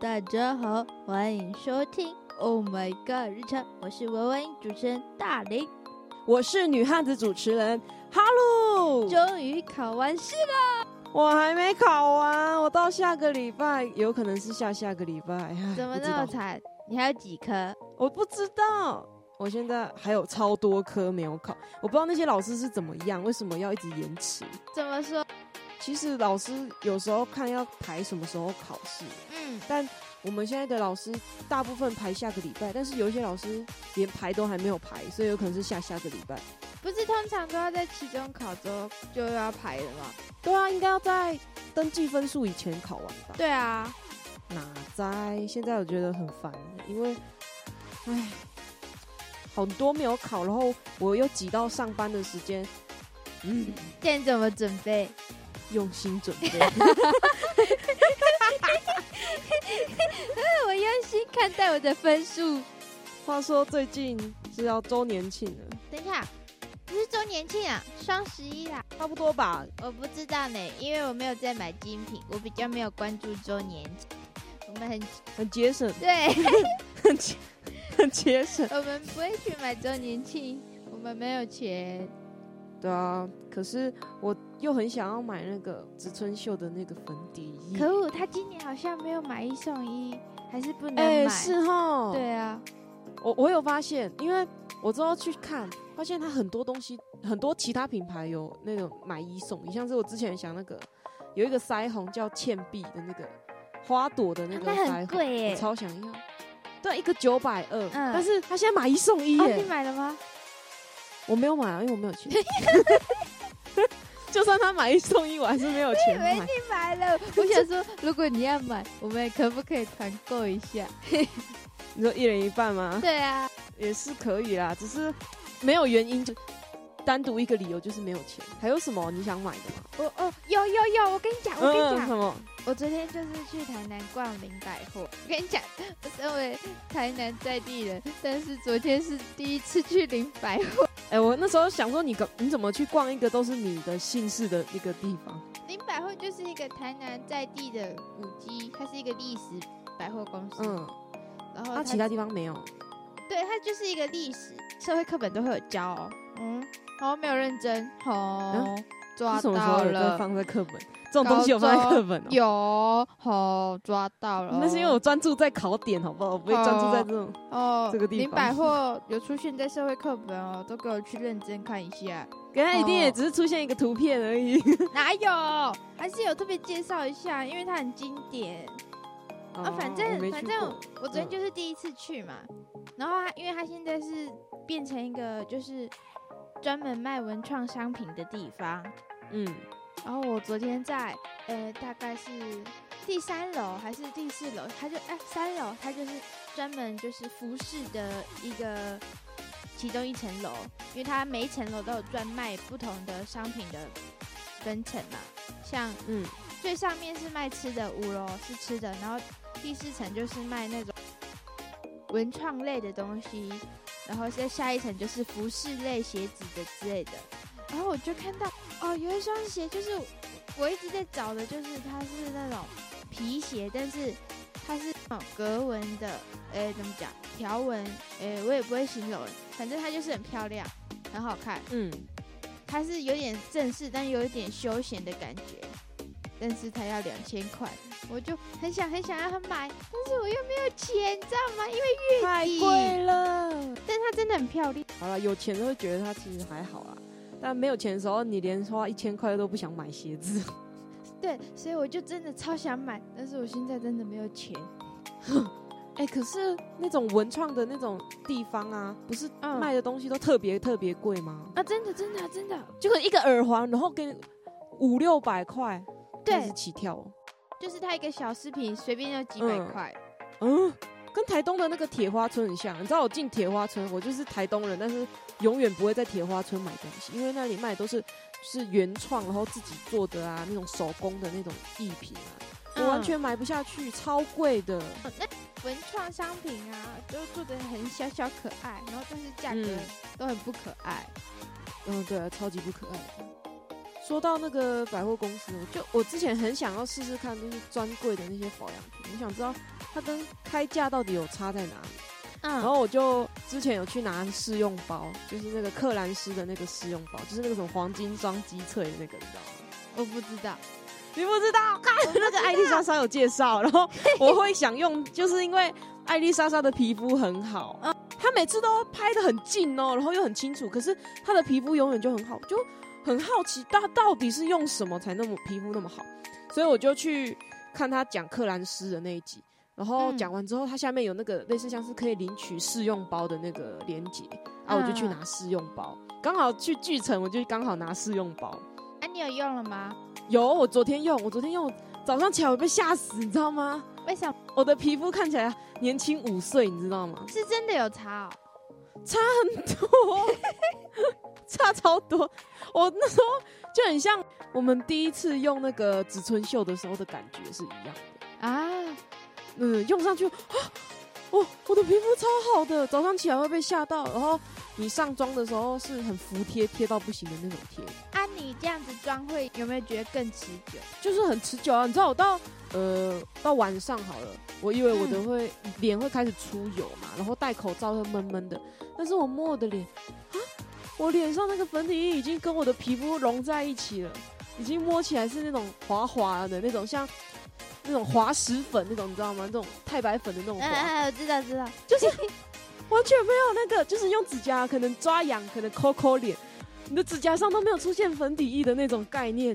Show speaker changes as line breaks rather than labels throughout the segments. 大家好，欢迎收听 Oh My God 日常，我是文文主持人大林。
我是女汉子主持人哈喽，
终于考完试了，
我还没考完，我到下个礼拜，有可能是下下个礼拜。唉
怎么
不知
那么
道
惨？你还有几科？
我不知道，我现在还有超多科没有考，我不知道那些老师是怎么样，为什么要一直延迟？
怎么说？
其实老师有时候看要排什么时候考试，
嗯，
但我们现在的老师大部分排下个礼拜，但是有一些老师连排都还没有排，所以有可能是下下个礼拜。
不是通常都要在期中考周就要排了吗？
对啊，应该要在登记分数以前考完吧？
对啊，
哪在？现在我觉得很烦，因为，唉，很多没有考，然后我又挤到上班的时间，嗯，
见怎么准备？
用心准 备。
啊那我用心看待我的分数。
话说最近是要周年庆了，
等一下，不是周年庆啊，双十一啦。
差不多吧？
我不知道呢，因为我没有在买精品，我比较没有关注周年庆。我们很
很节省，
对，
很节，很节省。
我们不会去买周年庆，我们没有钱。
对啊，可是我又很想要买那个植村秀的那个粉底液。
可恶，他今年好像没有买一送一，还是不能买。
哎、是哈，
对啊，
我我有发现，因为我之后去看，发现它很多东西，很多其他品牌有那种买一送一，像是我之前想那个有一个腮红叫倩碧的那个花朵的那个
啊那很
腮红，
贵耶
我超想要。对，一个九百二，
嗯
但是它现在买一送一
哦，
耶
你，买了吗？
我没有买啊，因为我没有钱。 就算他买一送一，我还是没有钱
我以为
买。
你买了，我想说，如果你要买，我们可不可以团购一下？
你说一人一半吗？
对啊，
也是可以啦，只是没有原因，就单独一个理由就是没有钱。还有什么你想买的吗？
我哦，有有有，我跟你讲，我跟你讲，
什么？
我昨天就是去台南逛林百货，我跟你讲，我身为台南在地人，但是昨天是第一次去林百货。
哎、我那时候想说你个你怎么去逛一个都是你的姓氏的一个地方？
林百货就是一个台南在地的古迹，它是一个历史百货公司。
嗯，
然后
那、
它
其他地方没有。
对它就是一个历史，社会课本都会有教哦。嗯，然后没有认真，哦，抓
嗯是什么时候
到
有在
了，
放在课本？这种东西有放在课本哦、
有，哦，抓到了。
那是因为我专注在考点，好不好？我不会专注在这种。
哦，
这个地方
林百货有出现在社会课本哦，都给我去认真看一下。
原来一定
哦
也只是出现一个图片而已。
哪有？还是有特别介绍一下，因为它很经典。 啊，
哦
反
我没
正
去
反
过嗯
正我昨天就是第一次去嘛，然后他因为他现在是变成一个就是专门卖文创商品的地方，
嗯，
然后我昨天在呃大概是第三楼还是第四楼，他就哎、三楼，他就是专门就是服饰的一个其中一层楼，因为它每一层楼都有专卖不同的商品的分层嘛，像
嗯
最上面是卖吃的，五楼是吃的，然后第四层就是卖那种文创类的东西，然后再下一层就是服饰类、鞋子的之类的。然后我就看到哦，有一双鞋就是我一直在找的，就是它是那种皮鞋，但是它是那种格纹的，诶，怎么讲条纹？诶，我也不会形容，反正它就是很漂亮，很好看。
嗯，
它是有点正式，但有一点休闲的感觉。但是它要两千块，我就很想很想要它买，但是我又没有钱，你知道吗？因为
太贵了。
但它真的很漂亮，
好了，有钱都会觉得它其实还好啦，但没有钱的时候，你连花一千块都不想买鞋子。
对，所以我就真的超想买，但是我现在真的没有钱。
哎、可是那种文创的那种地方啊，不是
嗯
卖的东西都特别特别贵吗？
啊，真的真的真的，
就可能一个耳环，然后给你五六百块，那
对
是，起跳、哦。
就是它一个小饰品随便要几百
嗯
块，
嗯，跟台东的那个铁花村很像。你知道我进铁花村，我就是台东人，但是永远不会在铁花村买东西，因为那里卖的都是是原创，然后自己做的啊，那种手工的那种艺品啊，我完
嗯
全买不下去，超贵的。
哦那文创商品啊，都做的很小小可爱，然后但是价格
嗯
都很不可爱。
嗯，对啊，超级不可爱的。说到那个百货公司，我就我之前很想要试试看，就是专柜的那些保养品，我想知道它跟开价到底有差在哪里？
嗯，
然后我就之前有去拿试用包，就是那个克兰斯的那个试用包，就是那个什么黄金双击脆的那个，你知道吗？
我不知道，
你不知道，那个艾丽莎莎有介绍，然 后我会想用，就是因为艾丽莎莎的皮肤很好，她每次都拍的很近哦，然后又很清楚，可是她的皮肤永远就很好，就很好奇她到底是用什么才那么皮肤那么好，所以我就去看她讲克兰斯的那一集。然后
嗯
讲完之后，她下面有那个类似像是可以领取试用包的那个链接，啊，我就去
嗯
拿试用包，刚好去巨城，我就刚好拿试用包，
啊，你有用了吗？
有，我昨天用，我昨天用，早上起来我被吓死，你知道吗？
为什么
我的皮肤看起来年轻五岁，你知道吗？
是真的有差哦？
差超多。我那时候就很像我们第一次用那个植村秀的时候的感觉是一样的。
啊，
嗯，用上去，啊， 我我的皮肤超好的，早上起来会被吓到。然后你上妆的时候是很服帖，贴到不行的那种贴。
啊，你这样子妆会有没有觉得更持久？
就是很持久啊。你知道我到呃到晚上好了，我以为我的会脸、会开始出油嘛，然后戴口罩会闷闷的，但是我摸我的脸啊，我脸上那个粉底液已经跟我的皮肤融在一起了，已经摸起来是那种滑滑的那种像。那种滑石粉那种，你知道吗？那种太白粉的那种
嗯
滑，
嗯，嗯我知道知道，
完全没有那个，就是用指甲可能抓痒，可能抠抠脸，你的指甲上都没有出现粉底液的那种概念。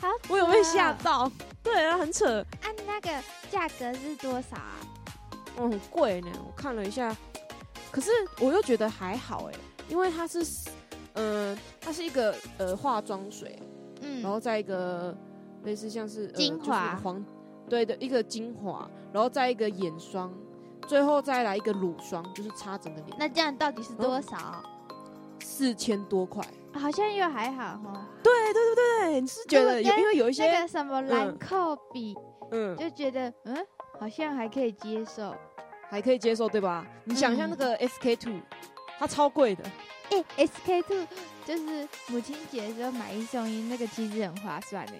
好扯哦，
我有被吓到，对啊，很扯。
啊，那个价格是多少啊？
嗯，很贵呢。我看了一下，嗯可是我又觉得还好哎，因为它是，呃，它是一个呃化妆水，然
嗯，
后再一个类似像是、呃、
精
就是
华
黄，对的一个精华，然后再一个眼霜，最后再来一个乳霜，就是擦整个脸，
那这样到底是多少？
四千多块。
哦好像又还好哈。
对对对对，你是觉得哎
对
有
我跟
因为有一些、
那个什么兰蔻比，
嗯
就觉得嗯，好像还可以接受。
还可以接受对吧？你想一下
嗯
那个 SK two，它超贵的。
哎、s k two 就是母亲节的时候买一送一，那个其实很划算的。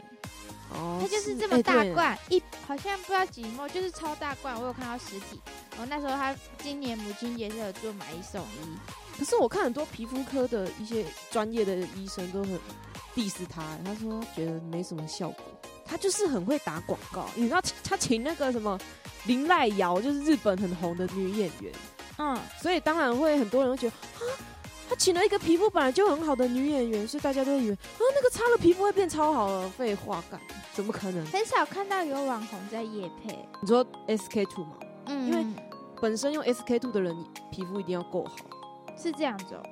哦
它就是这
哎
么大
对
罐，一好像不知道几毛，就是超大罐。我有看到实体，然后那时候他今年母亲节是有做买一送一，
可是我看很多皮肤科的一些专业的医生都很 diss 他，他说觉得没什么效果，他就是很会打广告。你知道他请那个什么林濑遥，就是日本很红的女演员，
嗯，
所以当然会很多人会觉得啊，他请了一个皮肤本来就很好的女演员，所以大家都会以为啊，那个擦了皮肤会变超好了。废话干，怎么可能？
很少看到有网红在夜配，
你说 SK two 嘛，
嗯，
因为本身用 SK two 的人皮肤一定要够好。
是这样子哦、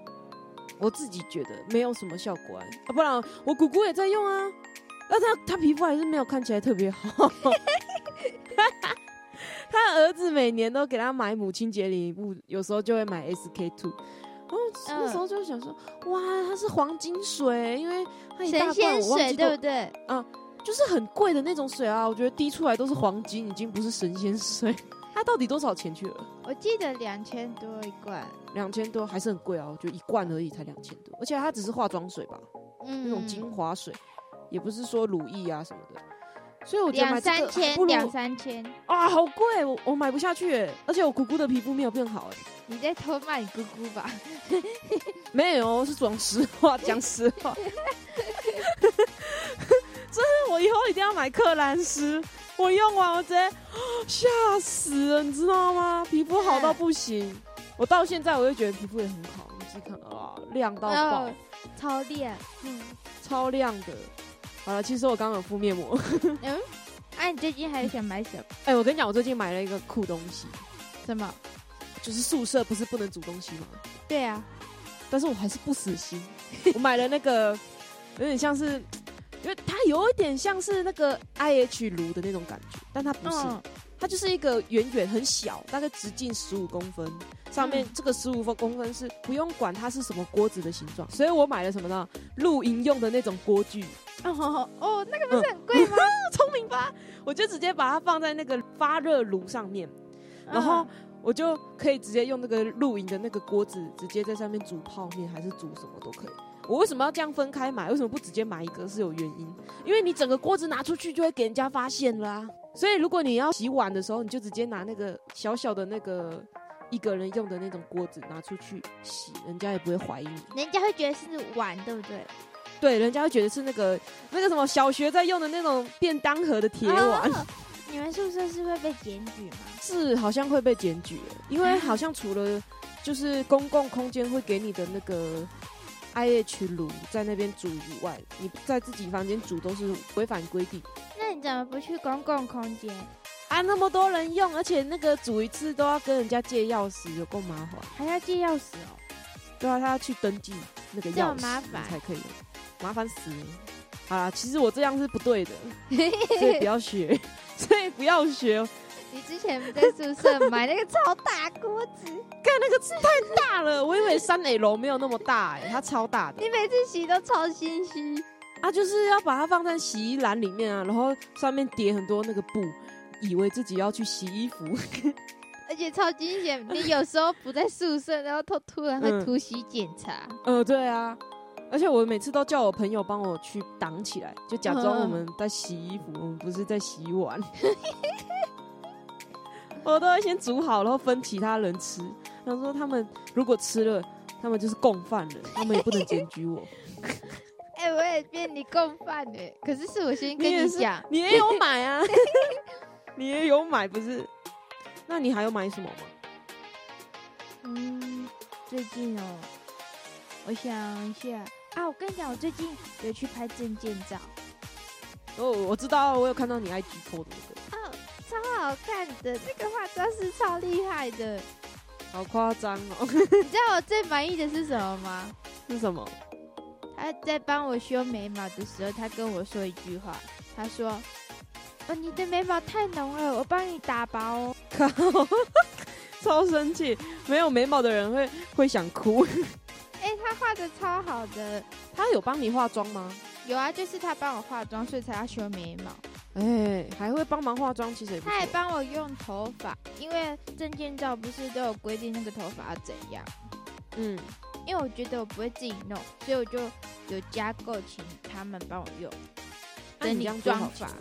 我自己觉得没有什么效果啊，啊不然我姑姑也在用啊，但她她皮肤还是没有看起来特别好。 她儿子每年都给她买母亲节礼物，有时候就会买 SK two。哦，那时候就想说，哇，它是黄金水，因为它一大
嗯神
罐
仙
我忘
水
记
对不
都
对？
就是很贵的那种水啊，我觉得滴出来都是黄金，已经不是神仙水。 它到底多少钱去了？
我记得两千多一罐，
两千多还是很贵啊，我觉得一罐而已才两千多，而且它只是化妆水吧？
嗯，
那种精华水，也不是说乳液啊什么的。所以我觉得
两
买这
三
个还
千
不，如
两三千，
啊，好贵，我我买不下去耶，而且我姑姑的皮肤没有变好哎，
你在偷卖你姑姑吧？
没有，我是讲实话，讲实话， 真的，我以后一定要买克兰斯，我用完我直接吓死了，你知道吗？皮肤好到
嗯
不行，我到现在我就觉得皮肤也很好，你自己看啊，亮到爆，
哦超亮，嗯，
超亮的。好了，其实我刚刚有敷面膜。
哎、你最近还想买什么？
哎、我跟你讲，我最近买了一个酷东西，
什么？
就是宿舍不是不能煮东西吗？
对啊，
但是我还是不死心，我买了那个有点像是，因为它有一点像是那个 IH 炉的那种感觉，但它不是，
嗯，
它就是一个圆圆很小，大概直径十五公分，上面
嗯
这个十五公分是不用管它是什么锅子的形状，所以我买了什么呢？露营用的那种锅具，
哦 哦，那个不是很贵 吗？
聪明吧？我就直接把它放在那个发热炉上面。然
嗯
后我就可以直接用那个露营的那个锅子，直接在上面煮泡面，还是煮什么都可以。我为什么要这样分开买？为什么不直接买一个？是有原因，因为你整个锅子拿出去就会给人家发现啦、所以如果你要洗碗的时候，你就直接拿那个小小的那个一个人用的那种锅子拿出去洗，人家也不会怀疑你。
人家会觉得是碗，对不对？
对，人家会觉得是那个那个什么小学在用的那种便当盒的铁碗，
哦你们宿舍是会被检举吗？
是好像会被检举，因为好像除了就是公共空间会给你的那个 IH 炉在那边煮以外，你在自己房间煮都是违反规定
那你怎么不去公共空间？
啊，那么多人用，而且那个煮一次都要跟人家借钥匙，有够麻烦。
还要借钥匙哦？
对啊，他要去登记那个
这么
钥匙
麻烦
才可以，麻烦死了。好啦，其实我这样是不 对的，所以不要学，所以不要学。哦
你之前在宿舍买那个超大锅子，
看那个字太大了，我以为三垒楼没有那么大哎、它超大的。
你每次洗都超心虚。
啊，就是要把它放在洗衣篮里面啊，然后上面叠很多那个布，以为自己要去洗衣服。
而且超惊险！你有时候不在宿舍，然后突突然会
嗯
突袭检查，
呃，对啊，而且我每次都叫我朋友帮我去挡起来，就假装我们在洗衣服，我们不是在洗碗。 我都会先煮好，然后分其他人吃。然后说他们如果吃了，他们就是共犯人，他们也不能检举我。
哎、我也变你共犯哎、可是是我先 跟
你也
你
是
讲，
你也有买啊， 你也有买不是？那你还有买什么吗？
嗯，最近哦，我想一下啊，我跟你讲，我最近有去拍证件照，
哦，我知道，我有看到你 IG 抽的那个，
哦，超好看的，那个化妆师超厉害的。
好夸张哦！
你知道我最满意的是什么吗？
是什么？
他在帮我修眉毛的时候，他跟我说一句话，他说：“哦，你的眉毛太浓了，我帮你打薄哦。”
靠，超生气！没有眉毛的人会会想哭。
哎、他画的超好的，
他有帮你化妆吗？
有啊，就是他帮我化妆，所以才要修眉毛。
哎、还会帮忙化妆，其实也不
他还
错。
帮我用头发，因为证件照不是都有规定那个头发要怎样。
嗯，
因为我觉得我不会自己弄，所以我就有加购请他们帮我用，
那
等
你
你
这样
妆
妆
发
法，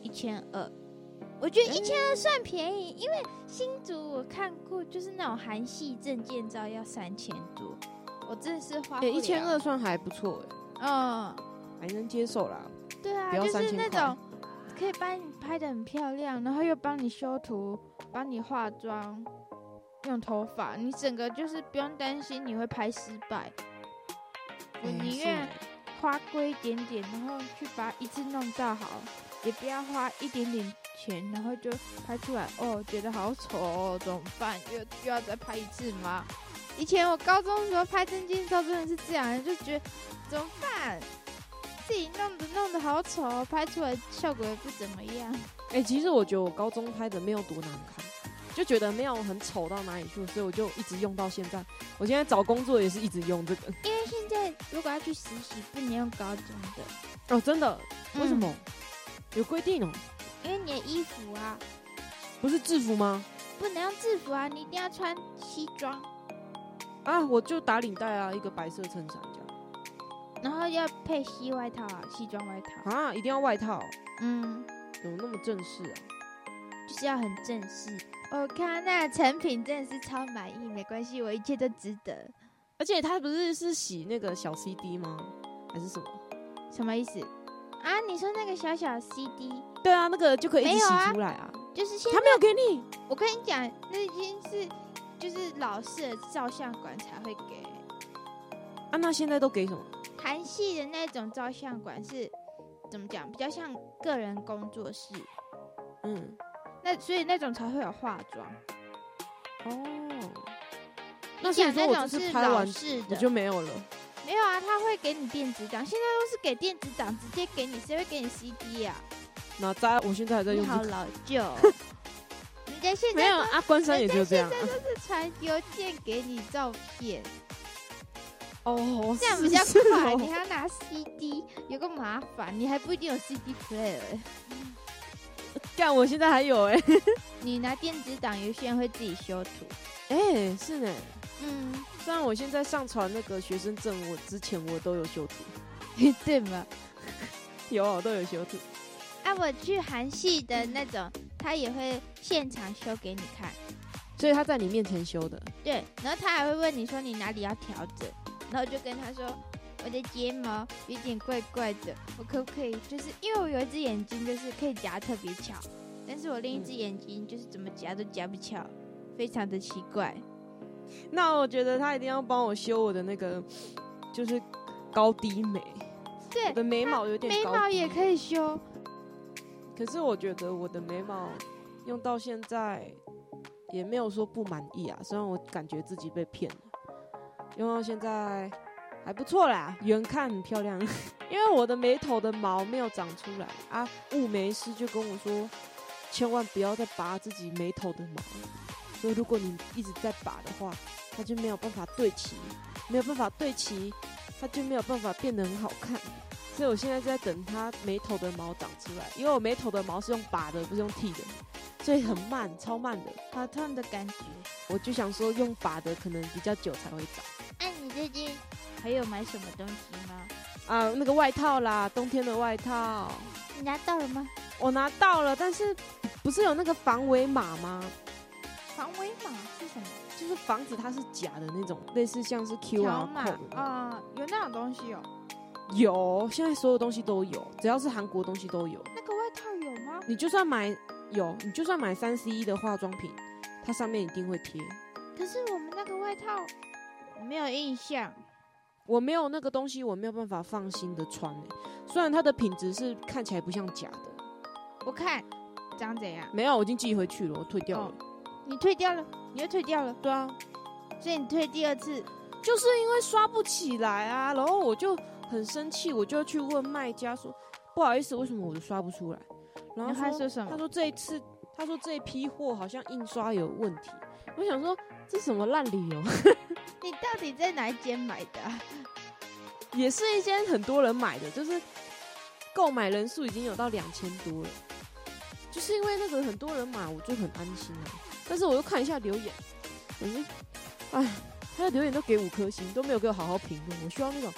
一千二。我觉得
哎
一千二算便宜，因为新竹我看过，就是那种韩系证件照要三千多，我真的是花不了。
哎，一千二，算还不错、
嗯，
哎，还能接受啦。
对啊，
不要
就是
3000
那
块
种可以帮你拍的很漂亮，然后又帮你修图、帮你化妆、用头发，你整个就是不用担心你会拍失败。我
哎
宁
是
愿
呢
花贵一点点，然后去把一次弄到好，也不要花一点点钱，然后就拍出来哦，觉得好丑哦，怎么办？又又要再拍一次吗？以前我高中的时候拍证件照真的是这样，就觉得怎么办？自己弄的弄的好丑哦，拍出来效果也不怎么样。
哎、其实我觉得我高中拍的没有多难看，就觉得没有很丑到哪里去，所以我就一直用到现在。我现在找工作也是一直用这个。
因为现在如果要去实习，不能用高中的，
哦，真的？为什么？
嗯
有规定哦？
因为你的衣服啊，
不是制服吗？
不能用制服啊，你一定要穿西装。
啊，我就打领带啊，一个白色衬衫这样。
然后要配西外套啊，西装外套。
啊，一定要外套，
嗯，
怎么那么正式啊？
就是要很正式。我看那成品真的是超满意，没关系，我一切都值得。
而且他不是是洗那个小 CD 吗？还是什么？
什么意思？啊，你说那个小小 CD，
对啊，那个就可以一
没
直
有
洗
啊
出来啊。
就是现
他没有给你，
我跟你讲，那已经是就是老式的照相馆才会给，
啊，那现在都给什么？
韩系的那种照相馆是怎么讲？比较像个人工作室，
嗯，
那所以那种才会有化妆。
哦，那所以说
讲
我
那
就
种
是
是
拍
老
完
式的，
我就没有了。
没有啊，他会给你电子档，现在都是给电子档，直接给你，谁会给你 CD 啊？
哪吒，我现在还在
你
用这
好
个。
老旧哦，人家现
没
在
有
都
啊，关山也就这样啊。
是传邮件给你照片，
哦，
这样比
是
较
是
快，
哦
你还要拿 CD，有个麻烦，你还不一定有 CD player，
干，我现在还有哎、
你拿电子档，有些人会自己修图，
哎、是呢、
嗯，
虽然我现在上传那个学生证，我之前我都有修图，
对吗？
有啊我都有修图。
啊，我去韩系的那种，他也会现场修给你看。
所以他在你面前修的，
对，然后他还会问你说你哪里要调整，然后我就跟他说我的睫毛有点怪怪的，我可不可以就是因为我有一只眼睛就是可以夹得特别巧，但是我另一只眼睛就是怎么夹都夹不巧，非常的奇怪。
那我觉得他一定要帮我修我的那个，就是高低眉，我
对，
的眉毛有点
眉
高
毛
低
也可以修，
可是我觉得我的眉毛用到现在也没有说不满意啊，虽然我感觉自己被骗了，用到现在还不错啦，远看很漂亮。 因为我的眉头的毛没有长出来啊，雾眉师就跟我说，千万不要再拔自己眉头的毛，所以如果你一直在拔的话，它就没有办法对齐，没有办法对齐，它就没有办法变得很好看。所以我现在在等它眉头的毛长出来，因为我眉头的毛是用拔的，不是用剃的，所以很慢，超慢的。
好痛的感觉。
我就想说，用拔的可能比较久才会长
哎、你最近还有买什么东西吗？
啊。那个外套啦，冬天的外套
你拿到了吗？
我拿到了，但是不是有那个防伪码吗？
防伪码是什么？
就是防止它是假的那种，类似像是 QR
条码
code 的
啊、有那种东西哦。
有，现在所有东西都有，只要是韩国东西都有。
那个外套有吗？
你就算买有，你就算买三 C 一的化妆品，它上面一定会贴。
可是我们那个外套没有印象，
我没有那个东西，我没有办法放心的穿、欸、虽然它的品质是看起来不像假的，
我看长怎样？
没有，啊我已经寄回去了，我退掉了。
哦你退掉了，你又退掉了，
对啊，
所以你退第二次，
就是因为刷不起来啊，然后我就很生气，我就去问卖家说，不好意思，为什么我刷不出来？然后
然后他
说
说什
他
么？
说这一次，他说这一批货好像印刷有问题。我想说这什么烂理由，
你到底在哪一间买的啊、
也是一间很多人买的，就是购买人数已经有到两千多了。就是因为那个很多人买，我就很安心啊。但是我又看一下留言，我就，哎，他的留言都给五颗星，都没有给我好好评论。我需要那种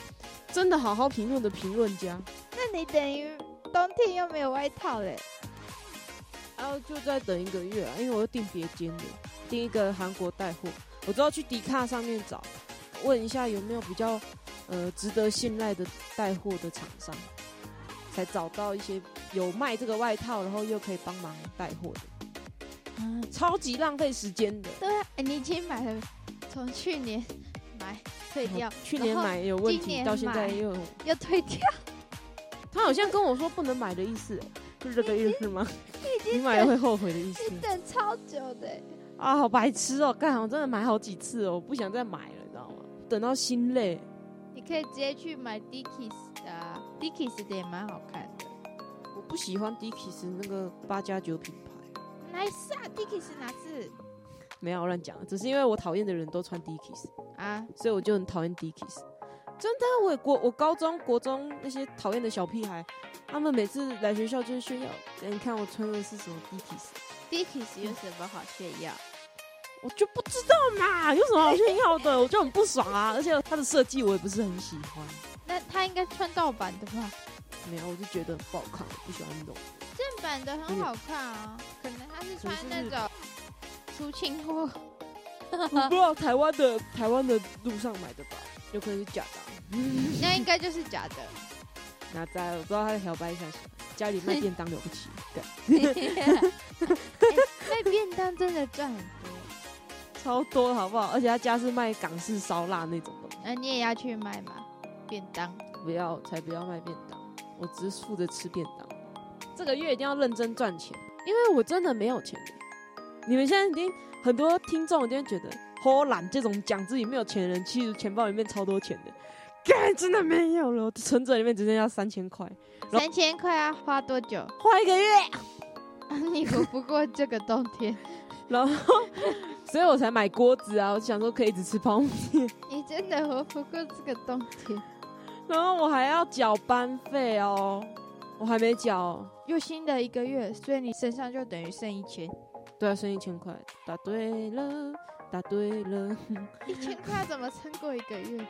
真的好好评论的评论家。
那你等于冬天又没有外套嘞？
然后就再等一个月啊，因为我又订别间的，订一个韩国带货，我都要去迪卡上面找，问一下有没有比较呃值得信赖的带货的厂商，才找到一些有卖这个外套，然后又可以帮忙带货的，
啊，
超级浪费时间的。
对啊，你已经买了，从去年买退掉，
去年买有问
今
题，
年
到现在
买
又有
又退掉，
他好像跟我说不能买的意思、欸是这个意思吗？
已
你
经
买了会后悔的意思
你等超久的欸。
啊，好白痴哦、干，我真的买好几次哦、我不想再买了，你知道吗？等到心累。
你可以直接去买 Dickies 的、啊、，Dickies 的也蛮好看的。
我不喜欢 Dickies 那个八加九品牌，
哪一次啊？Dickies 哪次
没有乱讲，只是因为我讨厌的人都穿 Dickies，
啊？
所以我就很讨厌 Dickies。真的，啊我也国我高中国中那些讨厌的小屁孩，他们每次来学校就是炫耀，欸你看我穿的是什么 Dickies，
Dickies 有什么好炫耀？
我就不知道嘛，有什么好炫耀的？我就很不爽啊！而且它的设计我也不是很喜欢，
那他应该穿盗版的吧？
没有，我就觉得很不好看，我不喜欢那种。
正版的很好看啊，可能他是穿那种出清货。
我不知道台湾的台湾的路上买的吧，有可能是假的啊、
那应该就是假 的。
哪在？我不知道他在小白想什么，家里卖便当了不起，对，
哎卖便当真的赚很多，
超多的好不好？而且他家是卖港式烧腊那种的，
那你也要去卖吗？便当
不要才不要卖便当，我只是负责吃便当。这个月一定要认真赚钱，因为我真的没有钱。你们现在已经很多听众一定会觉得，偷懒这种讲自己没有钱的人，其实钱包里面超多钱的，干真的没有了，我的存折里面只剩下三千块，然后
三千块要花多久？
花一个月。
你活不过这个冬 天，
然后，所以我才买锅子啊，我想说可以一直吃泡面。
你真的活不过这个冬天。
然后我还要缴班费哦，我还没缴，
又新的一个月，所以你身上就等于剩一千。
对啊，剩一千块，答对了，答对了。
一千块要怎么撑过一个月？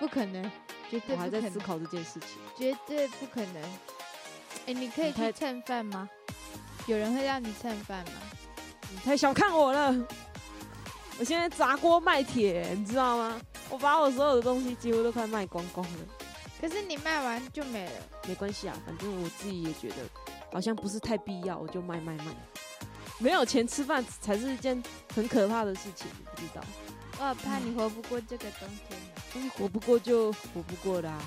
不可能，绝对
我
不
还
可
在
能
思，考这件事情。
绝对不可能。哎、你可以
你太
去蹭饭吗？有人会让你蹭饭吗？
你太小看我了，我现在砸锅卖铁，你知道吗？我把我所有的东西几乎都快卖光光了。
可是你卖完就没了。
没关系啊，反正我自己也觉得好像不是太必要，我就卖卖卖。没有钱吃饭才是一件很可怕的事情，你不知道？
我好怕你活不过这个冬天呢、
但是哎活不过就活不过啦、
哦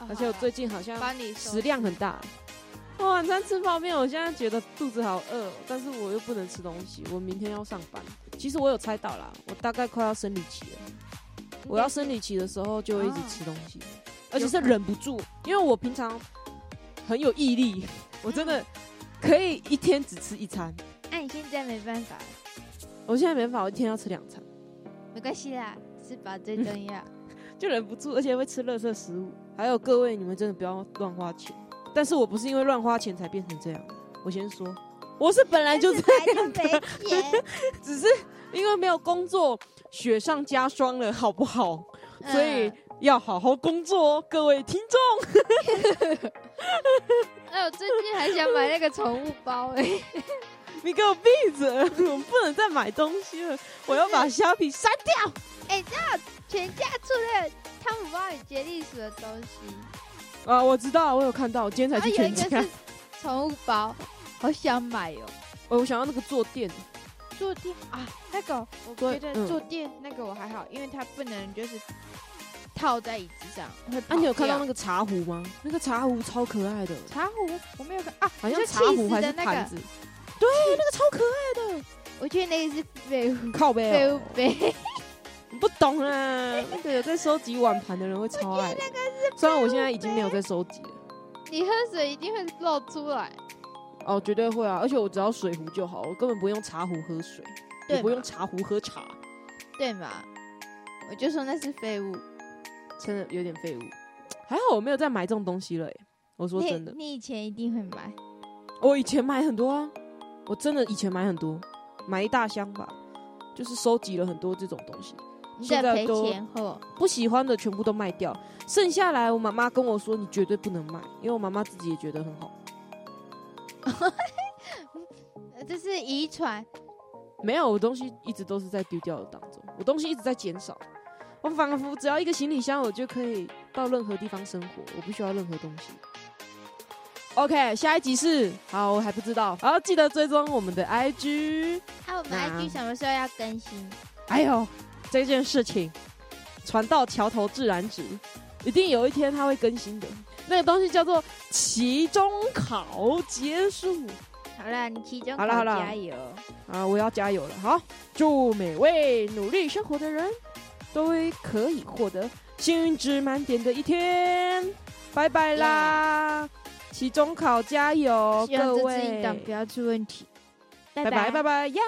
嗯而且我
好啦
最近好像
帮你收
食量很大。我晚餐吃泡面，我现在觉得肚子好饿，但是我又不能吃东西。我明天要上班，其实我有猜到啦，我大概快要生理期了。
拾
我要啊生理期的时候就会一直
哦
吃东西，而且是
有可能
忍不住，因为我平常很有毅力，我真的可以一天只吃一餐。
那、啊你现在没办法了，
我现在没法，我一天要吃两餐，
没关系啦，吃饱最重要。
就忍不住，而且会吃垃圾食物。还有各位，你们真的不要乱花钱，但是我不是因为乱花钱才变成这样的。我先说，我是本来就这
本来就
样的，
没 钱，
只是因为没有工作，雪上加霜了，好不好？
嗯
所以要好好工作哦，各位听众。
哎、我最近还想买那个宠物包哎、
你给我闭嘴！ 我们不能再买东西了，我要把虾皮删掉。
全家出了汤姆猫与杰利鼠的东西，
啊，我知道，我有看到，我今天
然
才
后
去
有
全
一
家
个。是宠物包，好想买哦。
哦我想要那个坐垫，
坐垫啊，那个我
对
觉得
嗯
坐垫那个我还好，因为它不能就是套在椅子上会跑
啊，你有看到那
个
个茶壶吗？那个茶壶超可爱的，
茶壶？我没有看啊，
好像
就
茶壶
cheese
还
的
是
那
盘
个，
子。对，那个超可爱的，
我觉得那个是废物，
靠背
废物
哦，
杯，
你不懂啊。 那个有在收集碗盘的人会超爱的。虽然我现在已经没有在收集了，
你喝水一定会漏出来。
哦，绝对会啊，而且我只要水壶就好，我根本不用茶壶喝水，也
对
不用
嘛
茶壶喝茶，
对嘛？我就说那是废物。
真的有点废物。还好我没有再买这种东西了、欸，我说
你
真的，
你以前一定会买，
我以前买很多啊，我真的以前买很多，买一大箱吧，就是收集了很多这种东西，
你
现
在
在
赔
都
钱后，
不喜欢的全部都卖掉，剩下来我妈妈跟我说你绝对不能卖，因为我妈妈自己也觉得很好，
呃这是遗传。
没有，我东西一直都是在丢掉的当中，我东西一直在减少，我仿佛只要一个行李箱，我就可以到任何地方生活，我不需要任何东西。OK，下一集是好，我还不知道，然后记得追踪我们的 IG。
啊，我们
那
IG 什么时候要更新？
哎呦，这件事情传到桥头自然直，一定有一天它会更新的。那个东西叫做期中考结束
好啦，你期中
好
考
啦好啦
加油。
啊，我要加油了！好，祝每位努力生活的人都可以获得幸运值满点的一天。拜拜啦，期中考加油，
希望
哦各
这
位！
次音档不要出问题。
拜拜拜拜呀！